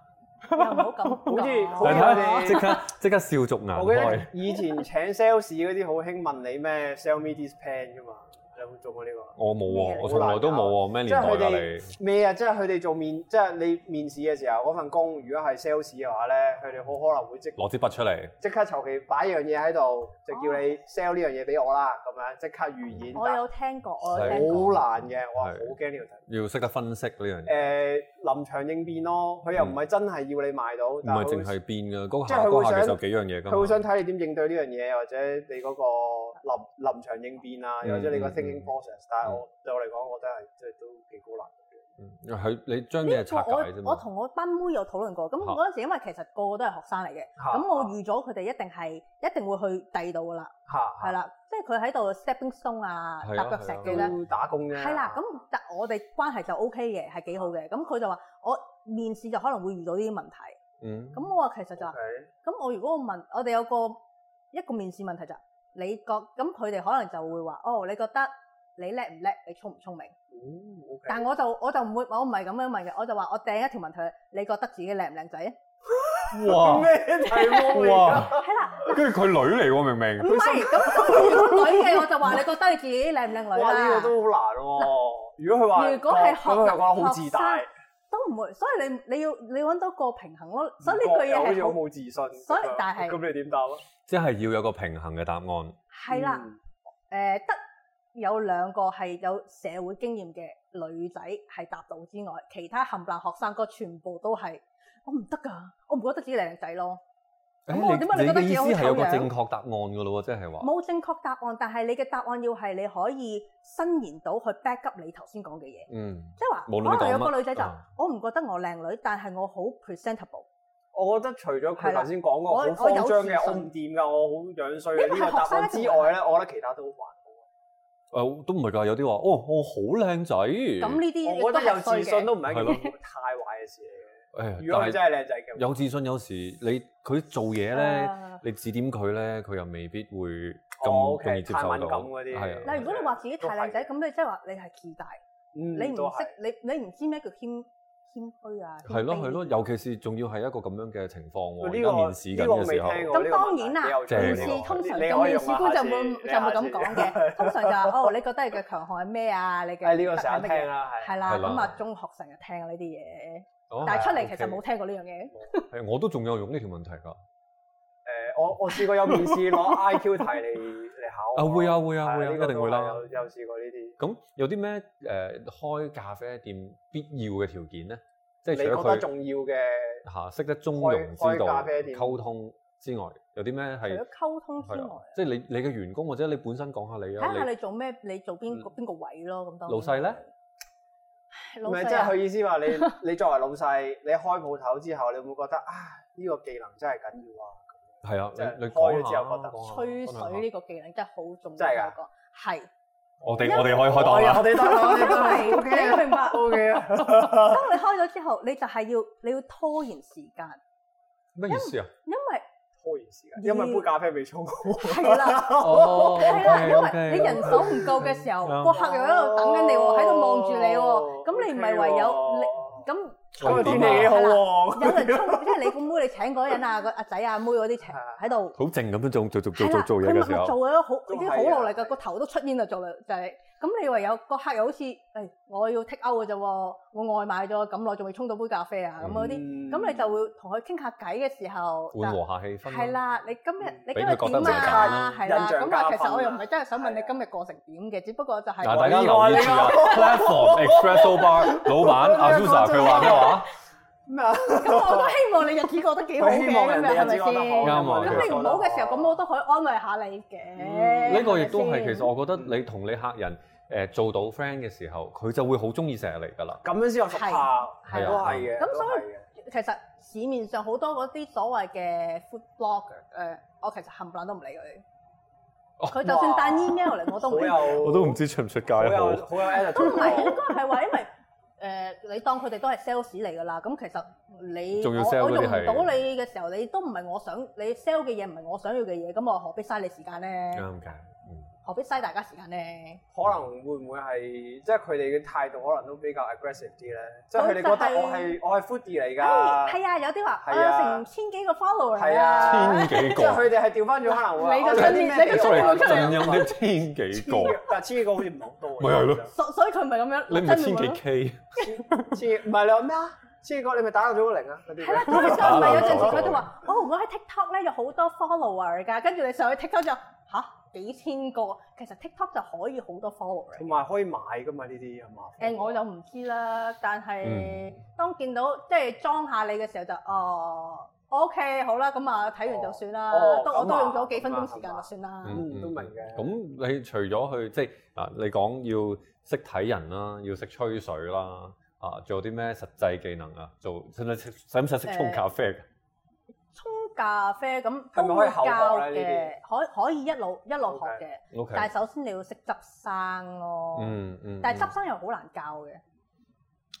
又唔好咁
好似
講啊
好
你
似我
睇
哋
即刻即刻笑逐顏
我記
開
得。以前請 sales 嗰啲好興問你咩 sell me this pen 噶嘛，你有冇做過呢個？
我冇
咩
喎，
嚟
我從來都冇喎，咩
即
年
係
代
佢
㗎
哋咩啊？即係佢哋做面，即係你面試嘅時候嗰份工，如果係 sales 嘅話咧，佢哋好可能會即
你？攞支筆出嚟，
即刻求其擺樣嘢喺度，就叫
哦
你 sell 呢樣嘢俾我啦，咁樣即刻預演。
我有聽過，我有
係
聽過。
好難嘅，我好
係
驚呢條題。
要識得分析呢樣嘢，
誒臨場應變咯，佢又唔係真係要你賣到，
唔
但
係
佢
淨係變㗎，嗰
即
下
係佢會
嗰下其實有
想
幾樣嘢㗎
佢會
嘛。
想睇你點應對呢樣嘢，或者你嗰個臨臨場應變啊，
嗯
又或者你個
嗯
thinking
嗯
process。但係
嗯
我對我嚟講，我覺得係即係都幾高難。
嗯佢你將啲嘢
呢個
拆解啫
我我
嘛。
同我班妹有討論過，咁
嚇
嗰陣時因為其實個個都係學生嚟嘅，
嚇
咁我預咗佢哋一定係一定會去第度噶啦，係
嚇
啦，即係佢喺度 stepping stone 啊，
係啊啊
踏腳石嘅咧，
都打工啫。
係啦，咁但我哋關係就 OK 嘅，係幾好嘅，咁佢就話我面試就可能會遇到呢啲問題，
嗯，
咁啊我話其實就話
OK
咁我如果我問，我哋有個一個面試問題就係，你覺咁佢哋可能就會話，哦，你覺得你叻唔叻，你聰唔聰明？
嗯，OK
哦
但我就我就唔會，我唔係咁樣問嘅，我就話我掟一條問題佢，你覺得自己靚唔靚仔啊？
哇
咩題目嚟㗎？
哇，
係啦，
跟住佢女嚟喎，明明
唔係 咁如果女嘅，我就話你覺得你自己靚唔靚女
哇！呢個
啦？
都好難喎。如果佢話
如果係學
咁佢又講得好自大，
學生都唔會，所以你你要你揾到個平衡咯。所以呢句
又好
嘢
似好
係
冇自信。
所以但係
咁你點答啊？嗯
即係要有個平衡嘅答案。
呃好係啦，誒得有兩個係有社會經驗嘅女仔係答到之外，其他冚唪唥學生哥全部都係我唔得㗎，我唔覺得自己靚仔咯。咁
誒
我點解你覺得
你嘅
自
意
己好
思係有個
醜樣
正確答案㗎咯喎，即係話
冇正確答案，但係你嘅答案要係你可以伸延到去 back up 你頭先講嘅嘢，
嗯
即係話
無論你
可能有
講乜
個女仔就話
啊
嗯
我唔覺得我靚女，但係我好 presentable。
我覺得除咗
係
佢
啦
頭先講
我
嗰個好
我有
慌張
自
嘅，
信
我唔掂㗎，我好樣衰
呢
嘅
個係
呢個答案
學生
之
一定會
外咧，我覺得其他都還好。
誒都唔係㗎，有啲話哦我好靚仔，
咁呢啲亦
嗯我覺
都
得有
係衰
自信
嘅。啊
都唔係一件
係咯
太壞嘅事嚟嘅。
誒
如
但
果佢
係
真係靚仔嘅話，
有自信有時你佢做嘢咧。
啊
你指點佢咧，佢又未必會
哦
咁
，OK，
容易接受到。
太敏感嗰啲
係
嗱，
啊
如果你話自己太靚仔，
都
咁你即係話你係自大，
嗯
你唔
都係
識你你唔知咩叫謙謙虛啊。
係咯
謙卑
係咯，尤其是仲要係一個咁樣嘅情況喎。
呢
而
個
家面試緊
呢個
嘅時
未
候，
聽過
咁
呢個
當
問題
然啦
幾有趣
正喎
喎
面
呢個
試通常
你可
嘅
以
面
用
試官就
下先
會
你
就會
下
咁講
先
嘅，通常就話哦，你覺得你嘅強項係咩啊？你嘅
哎誒呢個成日
特質係乜嘢
聽啦，
係
係。
啦，
係啦
咁啊中學成日聽呢啲嘢，
哦
但係出嚟
OK
其實冇聽過呢樣嘢。
係我都仲有用呢條問題㗎。啊
誒，我我試過有面試攞 IQ 題嚟嚟考
啊
我。
會啊會
哦係
啊會啊，
呢個
一定會啦
都係。有有試過呢啲。
咁有啲咩誒開咖啡店必要嘅條件咧？即係除
你覺得
咗佢
重要嘅
嚇識得中庸之
開開
道、
咖啡店
溝通之外，有啲咩
除
係
咗溝通之
係啊
外，？
即係你你嘅員工或者你本身講下你啊，
睇下
你
你做咩，你做邊
嗯
個邊個位咯。咁當然
老細咧，
老
唔係，
細
即係
啊
佢意思話你你作為老細，你開鋪頭之後，你會唔會覺得啊呢個技能真係緊要啊？
係啊，
即係
你你講
開咗
下
之後
啊
覺得
講下
吹
分
哦
享下
水呢個技能真係好重要。
真係㗎
我講，係。
我哋我哋可以開檔啊
哎呀
啦
我。哋得啦，我哋得 啦
係你明白
，OK 啊。
當你開咗之後，你就係要你要拖延時間，
咩意思啊？
因為
拖延時間，因為杯咖啡未沖好。
係啦。
哦
係啦，因
OK，OK
為你人手唔夠嘅時候，
嗯
個客又喺度等緊你喎，喺度望住你
哦
喎，咁你唔係唯有
你
你咁
咁
咁
啊
啊
衝
點
天
啊
氣幾好
係啦
喎。
有 人衝，即係你個妹，你請嗰個人啊，個阿仔啊、妹嗰啲請喺度，
好靜咁樣做做做做
係
做
啦，
做嘢
佢默
嘅時
默做
候，
咗好，
都係
已
啊
經好努力
係
㗎，
啊
個頭都出煙啦，做啦就係。咁你唯有個客又好似誒，我要 take out 嘅啫喎，我外賣咗咁耐，仲未沖到杯咖啡啊咁嗰啲，
嗯
咁你就會同佢傾下偈嘅時候，
緩和下氣氛。
係，啦，你今日你
俾
今
佢
日
覺得
點啊？
自
係
己
啦，
嗯印象
咁啊，
加
其
分
實我又唔
啊
係真係想問你
係啊
今日過成點嘅，只不過就係
嗱，大家
呢 個
留意住啊
呢
！Platform Espresso Bar 老闆
呢個
Azusa 佢話咩話？
咩啊？
咁我都希望你日子過得幾好嘅，
佢希望
咁
人
樣
哋
係
日子
咪
過得好。
啱
先？
啊
我覺得
咁你唔好嘅時候，咁我都可以安慰下你
嗯
嘅。
呢個亦都係
啊咪先
其實我覺得你同你客人誒做到 friend 嘅時候，佢就會好中意成日嚟㗎啦。
咁樣先有熟客，
係
都係嘅。
咁所
都
以
係嘅
其實市面上好多嗰啲所謂嘅 food blogger，誒，我其實冚唪唥都唔理佢。
哦
佢就算彈 email 嚟，我都唔
好
理。
有，
知出唔出街
好有好有 attitude
都唔係應該係話，因為誒、你當佢哋都係 sales 嚟㗎啦。咁其實你
仲要
我
sell
我
嗰
用
啲
唔
係
到你嘅時候，你都唔係我想你 sell 嘅嘢，唔係我想要嘅嘢，咁我何必嘥你時間咧？
啱㗎，嗯
何必嘥大家時間咧？
可能會唔會係即係佢哋嘅態度可能都比較 aggressive 啲咧？即係佢哋覺得我係我係 foodie 嚟
誒
㗎，
係啊，有啲話
係
我
啊
有成千幾個 follower
係啊
啊，
千幾
即係
個
佢哋係調翻咗可能會
你
話
個
我
身
有啲
邊
咩
你
地
個
，sorry，
方
身邊
啊
陣音你千幾
千
個
幾，但係千幾個好似唔係好多
咪係咯，
所所以佢咪咁樣，
你唔係
真會
千幾
冇咯
K？
千唔係你話咩啊？千幾個你咪打到咗個零啊？嗰啲
係啦，咁所以咪有陣時佢 就話：哦，我喺 TikTok 咧有好多 follower 㗎，跟住你上去 TikTok 就吓幾千個，其實 TikTok 就可以好多 follower 嘅
同。埋可以買㗎嘛？呢啲係嘛？
誒、我就唔知啦，但係、
嗯
當見到即係裝下你嘅時候就哦，OK 好啦，咁啊睇完就算啦，
哦
都
咁啊
我都用咗幾分鐘時
咁
間
啊
就算啦。
嗯都明嘅
咁你除咗去即係啊，你講要識睇人啦，要識吹水啦，啊，仲有啲咩實際技能啊？做使唔使使唔使識沖咖啡㗎？
沖咖啡咁
係咪
都會
可以後學
教
咧
嘅，可可以一路一路學嘅
O K，
但係首先你要識執生咯。
嗯嗯，
但
嗯
係執生又好難教嘅，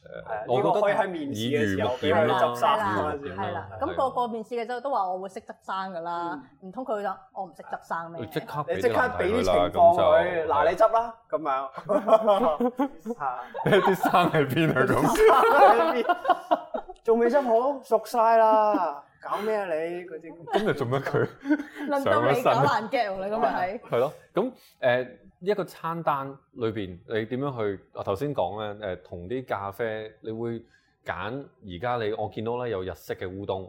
係啊
誒
呢個可以
係
喺面試
以
嘅時候
魚目
俾佢
染啦
執生
魚目
嗰陣時
染
係啦。咁
嗯係
個個面試嘅時候都話我會識執生㗎啦，唔通佢話我唔識執生咩
你？即刻
啊你即刻俾啲情況
佢
佢，嗱你執啦咁 樣，嚇
你啲生喺邊啊咁？
仲未執好，熟晒啦，搞咩啊你嗰啲？
咁就做乜佢？
輪到你搞
上咗身
爛 g 你咁咪係。
係咯，咁誒一個餐單裏邊，你點樣去？我頭先講咧，誒同啲咖啡，你會揀而家你我見到咧有日式嘅烏冬，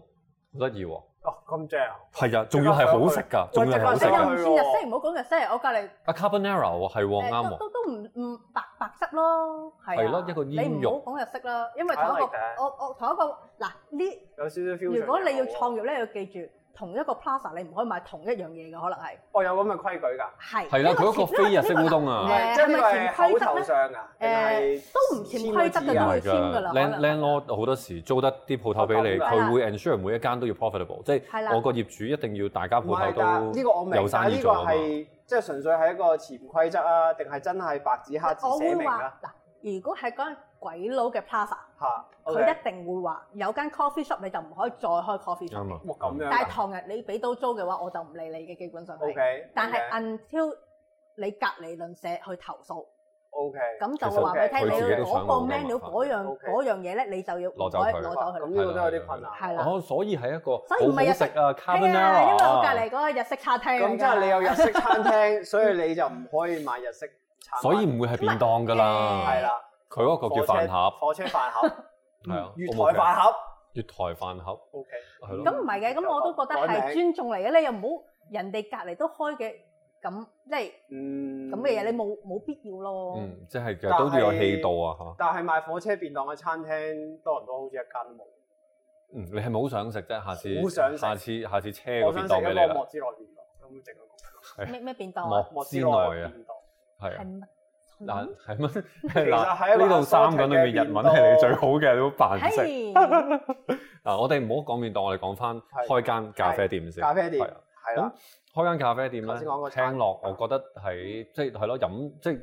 好得意喎，
哦，咁正啊！
係啊，仲要係好食㗎，仲要係好食
即刻上
㗎。
去
哎又唔算日式，唔好講日式，我隔離
啊 carbonara 喎，係喎，啱
誒都
喎。
都都唔唔白白質咯，係
係
啊
咯一個煙
你唔好講日式啦，因為同
I
一
like
個
that
我我同一個嗱呢，
有少少 fusion 嘅。
如果你要創
業，
業咧，要記住同一個 plaza 你唔可以賣同一樣嘢嘅，可能係
我有咁嘅規矩㗎。
係
係啦
呢個
佢一個
潛
非日式
呢個
烏冬啊
唔
誒
係，即係呢個
咪潛
係口
規則
頭
咧
上啊，定係
誒都唔潛規則
簽咗字啊
嘅都
唔係
會簽㗎啦。可
land
能
landlord 好多時租得啲鋪頭俾你，
我
懂㗎
佢會 ensure 每一間都要 profitable，即
係
係
啦
我個業主一定要大家
唔
鋪
係，
啊頭
但係呢個我
都
明
有，
但
生
係
意
呢個
做啊嘛。
係即係純粹係一個潛規則啊，定係真係白紙黑
我
字寫
會
明啊
話
啦
嗱，如果係講鬼佬嘅 plaza，
嚇。
佢
OK
一定會話有間 coffee shop 你就唔可以再開 coffee shop à,
啱啊
嘅。
哇咁樣啊
但係唐人你俾到租嘅話，我就唔理你嘅，基本上係
O。K，
但係 until 你隔離鄰舍去投訴，
O K，
咁就會話俾你聽，
其實
你
佢
要
自己都
嗰
想
個
攞㗎嘛
menu 嗰樣
OK
嗰樣嘢咧，你就要
攞走
唔可以
佢
攞走
咁
佢。
呢個都有啲困難。
係啦，
哦，所以係一個
所以
好
唔係
好食
日式
啊
係
à?
啊，因為我隔
，carbonara
離嗰個日式餐廳嚟㗎。
咁即係你有日式餐廳， 所以你就唔可以買日式產品。
所以唔會係便當㗎
係
啦。
啦，
佢嗰個叫飯盒，
火車飯 盒，嗯
係啊
月台
OK
飯盒。
月台飯盒
O K，
係咯。
咁唔係嘅，咁我都覺
改
得
名
係尊重嚟嘅，你又唔好人哋隔離都開嘅，咁即係
嗯，
咁嘅嘢，你冇冇必要咯。
嗯，即係其實都要有氣度啊嚇。
但係賣火車便當嘅餐廳多倫多好似一間都冇。
嗯，你係咪好想食啫？下次
好想食
下次下次車
我
個便
想食
當俾
一
你
個
啦
莫，之內便當，咁會整個
咩咩便當啊？
莫
莫
之
之
內
內
啊，
便當。
係啊
係。乜？
嗱係 乜？
嗯實係
嗱
一個
呢度三個人裏面日文係你最好嘅，你都扮唔識。
係
嗱，我哋唔好講面檔，我哋講翻
係
開間咖啡店先。
咖啡店
係啊
係啦，
開間咖啡店咧
頭先講個，餐啊
聽落我覺得係即係係咯，飲即係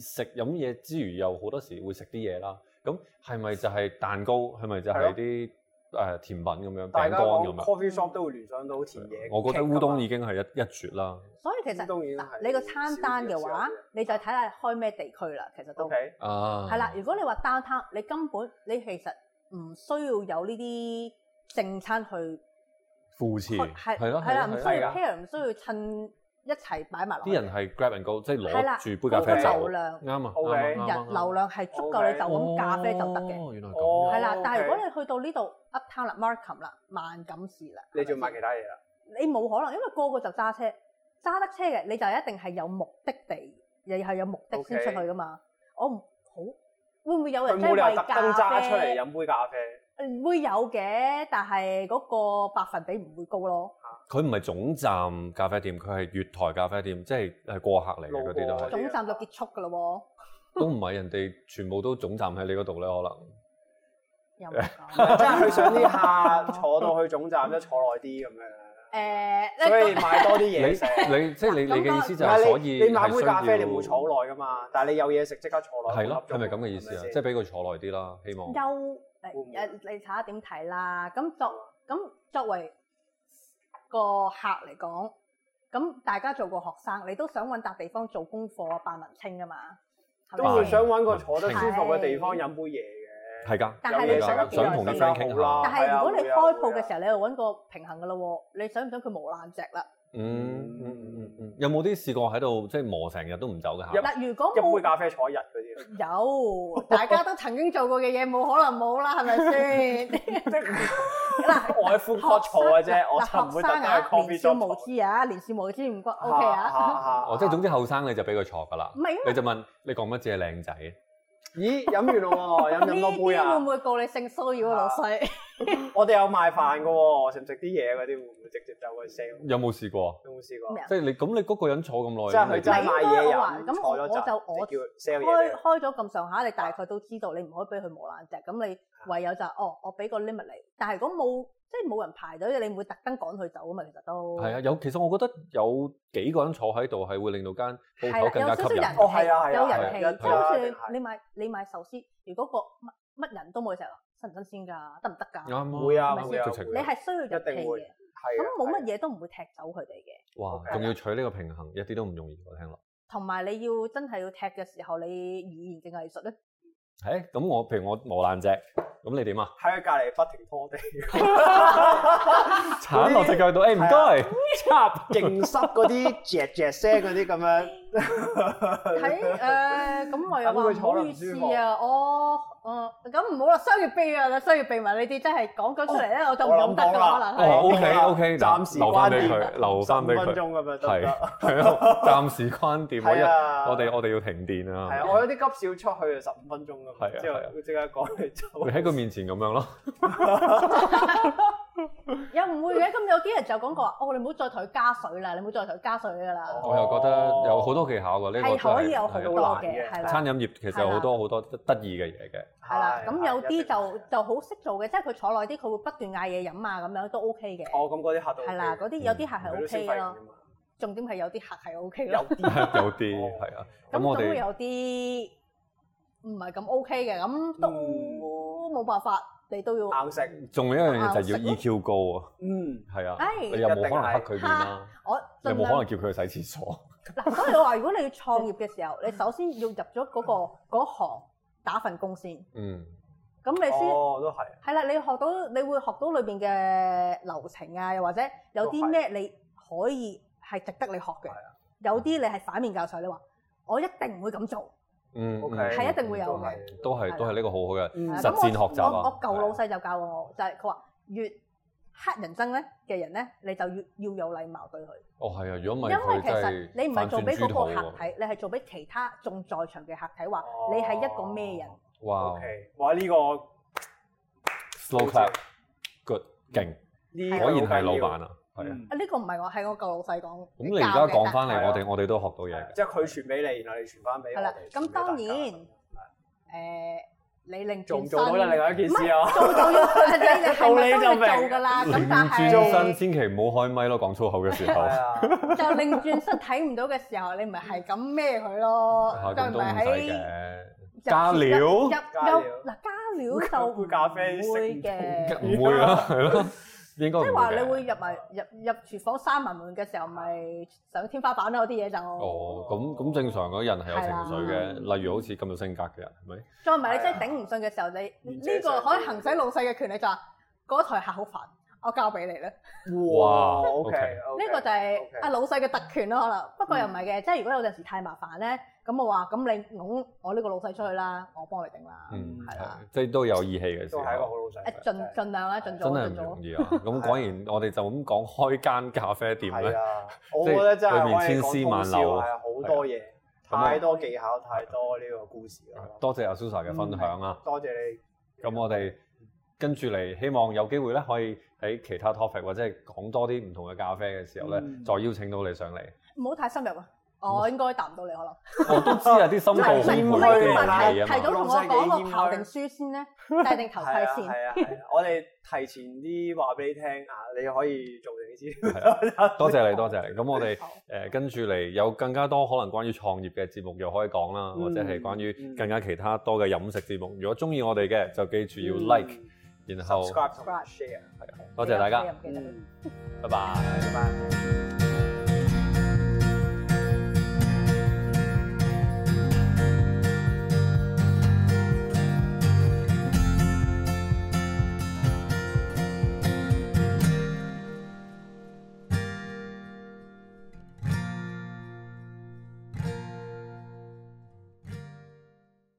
食飲嘢之餘，又好多時會食啲嘢啦。咁係咪就係蛋糕？係咪就
係咯
係啲誒甜品咁樣餅
大
乾
家
咁
講
樣？
coffee shop 都會聯想到甜嘢。
我覺得
cake
烏冬
㗎嘛
已經係一一絕啦。
所以其實
啊烏冬已經係
嗱，你個餐單嘅
少少
話
嘅，
你就睇下開咩地區啦。其實都
O K，
啊，
係啦。如果你話 downtown，你根本你其實唔需要有呢啲正餐去
扶持
開，係
係咯，
係啦，唔
係
需
係
要
啊
pair，唔需要襯一齊擺埋落去。
啲人係 grab and go，即係
係啦
攞住杯咖啡
嗰個
走
流。量
啱啊，
OK
啱啊啱啊
人流量係足
OK
夠你就咁咖啡就得嘅。
哦，原來
哦
咁。
係啦，但係如果
OK
你去到呢度 uptown 啦、Markham 啦、萬錦市啦，
你
係咪
仲要買
先
其他嘢啊啦。
你冇可能，因為個個就揸車，揸得車嘅你就一定係有目的地，又係有目的先出去噶嘛。我唔好，會唔會有
佢
人真
冇
係
理
為
由特登
咖
揸出嚟
啡？
飲杯咖啡。
會嗯有嘅，但係嗰個百分比唔會高咯。
佢唔係總站咖啡店，佢係月台咖啡店，即係係過客嚟嘅嗰啲都
路過
係，
總站就結束噶咯
都唔係人哋全部都總站喺你嗰度咧，可能。
喎，又唔
即
講。
係佢想啲客坐到去總站，即係坐耐啲咁樣，所
誒，所
以買多啲
你
嘢食。
你即係你
咁
你嘅意思
唔
就係，所
係
以
你你買杯咖啡，
係需
你
要
唔會坐好耐噶嘛。但係你有嘢食，即刻坐耐。
係咯，係咪咁嘅意思啊？即係俾佢坐耐啲啦，希望。
優
會唔
誒
會
誒，你睇下點睇啦。咁作咁作為個客嚟講，咁大家做過學生，你都想揾笪地方做功課啊，扮文青噶嘛，係
都
咪
會
先
想揾個坐得舒服嘅
係
地方飲杯嘢嘅。
係㗎，
但
有
係
嘢
你
有
食
㗎
坐得
啊
幾
想
耐
同啲
先
更
friend
加好
傾下。
啦
但係如果你
係啊
開
會啊
鋪嘅時候，你就揾個平衡噶咯喎，你想唔想佢磨爛隻啦？
嗯嗯嗯嗯嗯，有冇啲試過喺度即係磨成日都唔走嘅客？
嗱，如果
一杯
冇
咖啡坐一日嗰
哦
啲，
有，大家都曾經做過嘅嘢，冇可能冇啦，係咪先？嗱，
我喺 food court 坐嘅啫，我就唔會
學
特登
生
去
啊，年
coffee
少
shop
無
坐。
知啊，年少無知唔關 OK 啊，
哦，即係總之後生你就俾佢坐㗎啦
唔。係因為
你就問你講乜嘢靚仔？
咦，飲完咯喎，飲唔飲
呢
多杯
啲會唔
啊！
會告你性騷擾啊，老細？
我哋有賣飯嘅喎，食唔食啲嘢嗰啲會唔會直接就去 sell？
有冇試過？
有冇試過
咩？啊
即係你咁，你嗰個人坐咁耐，
即係佢真係
你
賣
唔係
嘢
應該我話
飲，
啊咁
坐咗
我
陣
我
你叫 sell 嘢
開
俾
開咗咁上下，你大概都知道你唔可以俾佢磨爛隻，咁你唯有就哦，我俾個 limit 你。但係如果冇即係冇人排隊嘅，你唔會特登趕佢走啊嘛，其實都
係啊，有其實我覺得有幾個人坐喺度係會令到間鋪
係
頭
啦，
更
有
加
少
吸
少
引。
人
哦
氣，
係啊係啊
有
係啊
人氣，
一
即係好似
定
你
係
你買你買壽司，如果個乜乜人都冇嘅時候，新唔新鮮㗎，得唔得
啱
㗎？
啊，
會啊
係咪先
會啊，
直情
你係需要人
一
氣
定會
嘅，
係啊
咁冇乜
嘢。
嘢都唔會踢走佢哋嘅。
哇，
OK
仲要取呢個平衡，一啲都唔容易。我聽落，
同埋你要真係要踢嘅時候，你語言嘅藝術咧，
誒咁我譬如我磨爛隻，咁你點 啊？
喺佢隔離不停拖地，
鏟落隻腳度，誒
啊
唔該，
插勁濕嗰啲嚼嚼聲嗰啲咁樣。
睇誒咁我又呃
等
話
佢
唔
坐
好
得
意
唔舒服
思啊，我哦，咁唔好啦，商業秘密啦，商業秘密呢啲真係講咗出嚟咧，我就
哦
唔
我
飲得
唔講
噶
啦
啦，可能係
哦，OK OK，
暫時
留翻
關
俾
店
佢，留翻俾
15分
佢，
鐘咁樣
啊
得唔
係
得？
係咯，暫時關店，我一
係啊，
我哋我哋要停電啊！
係啊，我有啲急事要出去啊，十五分鐘咁
係啊
樣，之
係啊
後即刻趕你走。
你喺佢面前咁樣咯，
又唔會嘅。咁有啲人就講過話，哦，你唔好再同佢加水啦，你唔好再同佢加水噶啦，
哦
我又覺得有好多技巧㗎，呢個真
係可以
係
有好
係啊
多
好難
嘅，
嘅
係
餐
啦，
飲業其實有好多好多得意嘅嘢嘅，
係啦。
係
咁有
係一定
啲就就好識做嘅，即係佢坐耐啲，佢會不斷嗌嘢飲啊，咁樣都 OK 嘅。
哦，咁嗰啲客都
係啦，嗰啲有啲客係
佢都消
OK
費嚟
咯
㗎，嘛
重點係有啲客係 OK
有
咯。
啲
有啲
哦
係啊。
咁
咁
總
我
會
哋
有啲唔係咁 OK 嘅，咁都
嗯
冇辦法，你都
啊
要。
硬食，
仲有一樣嘢就係要
硬食咯
EQ 高啊，
嗯，
係啊，
哎
你又冇可能黑佢面啦，
我
你
盡
冇
量
可能叫佢去洗廁所，
嗱，所以我話如果你要創業嘅時候， 你首先要入咗嗰、個嗰行打份工先，
嗯，
咁你先
哦，都係，
係啦，你學到你會學到裏邊嘅流程啊，又或者有啲咩你可以係值得你學嘅
係，
啊
有啲你係反面教材，你話我一定唔會咁做，
嗯
OK
嗯
係一啊定會有
都
嘅。
係，
都係都係呢個好好嘅
嗯
係啦
實
咁我
踐學習啊
我我舊
係
老細就教我，就係佢話越黑人憎咧嘅人咧，你就要要有禮貌對佢。
哦係啊，如果唔係
因為
佢
其
真
實
係
你唔係做俾
反轉
嗰
豬
個
肚
客
喎，
睇，你係做俾其他仲在場嘅客睇，話你係一個咩人。
哇
O K，哇呢個
，slow clap，good，勁，
呢個
果然係
好
老
緊要
闆啊，係啊。
嗯
啊呢個唔係我，係我舊老細
咁
講。
你而家講翻
係
嚟，
啊
我哋我哋都學到嘢嘅。
即係佢傳俾你，然後你傳翻俾我
係啦
哋
咁當然
傳俾大家
誒，你令
做唔做到咧？另外一件事啊，
做到要你 你係咪都會做㗎啦？啊咁
擰
但
轉身，
係
千祈唔好開咪咯，講粗口嘅時
係
候。
啊，
就擰轉身睇唔到嘅時候，你咪係咁孭佢咯，
啊
就
咁
唔
都唔
係
使
喺
嘅，
入
加料
入入
加料
嗱加料就
杯咖啡
唔
食
會
唔到
嘅
嘅。
唔會啊，係咯，應該唔會
即係
嘅
話你會入埋入入廚房閂埋門嘅時候，咪上天花板咯，啲嘢就。
哦，咁咁正常嗰啲人係有情緒
係
嘅，
啦
例如好似咁有性格嘅人，係咪？
再唔係你真係頂唔順嘅時候，你
面
呢
姐
個
上
可以
司
行使老細嘅權利就話嗰台客好煩，我交俾你啦。
哇
哇，O K，
呢個就係
OK
阿老細嘅特權咯，可能不過又唔係嘅，即係如果有陣時太麻煩咧，咁我話咁你拱我呢個老細出去啦，我幫你頂啦，
嗯，
係啦，
係，即係都有義氣嘅時
都係一個
候，
好老細
誒，盡盡量啦，盡
真
早
係
盡
唔
早
容，易啊。咁果然我哋就咁講開間咖啡店
係
咧，
啊，我覺得真
即係
係可以
裏面千絲
講
萬
通宵
縷
係啊好多嘢，
咁啊
太多技巧，太多呢個故事啦。
多謝阿 Susa 嘅分享啊。
多謝你，
咁我哋跟住嚟，希望有機會咧，可以喺其他 topic 或者係講多啲唔同嘅咖啡嘅時候咧，
嗯
再邀請到你上嚟。
唔好太深入啊，我應該答唔到你可能。
我都知啊，啲 深度好
真係
悶
唔
唔
嘅
係呢個
嘢
問
嚟
係
啊
提
嘛。
早同我講個刨定輸先咧，制定頭盔
係啊
先。
係啊係啊，我哋提前啲話俾你聽啊，你可以做定啲
啊多謝你，多謝你。咁我哋
好
誒跟住嚟有更加多可能關於創業嘅節目又可以講啦，
嗯
或者係關於
嗯
更加其他多嘅飲食節目。如果中意我哋嘅，就記
嗯
住要 like，然後啊
subscribe 同埋 share，
多謝大家，
你有車又唔記得
嗯，
拜拜。
拜拜。
拜拜。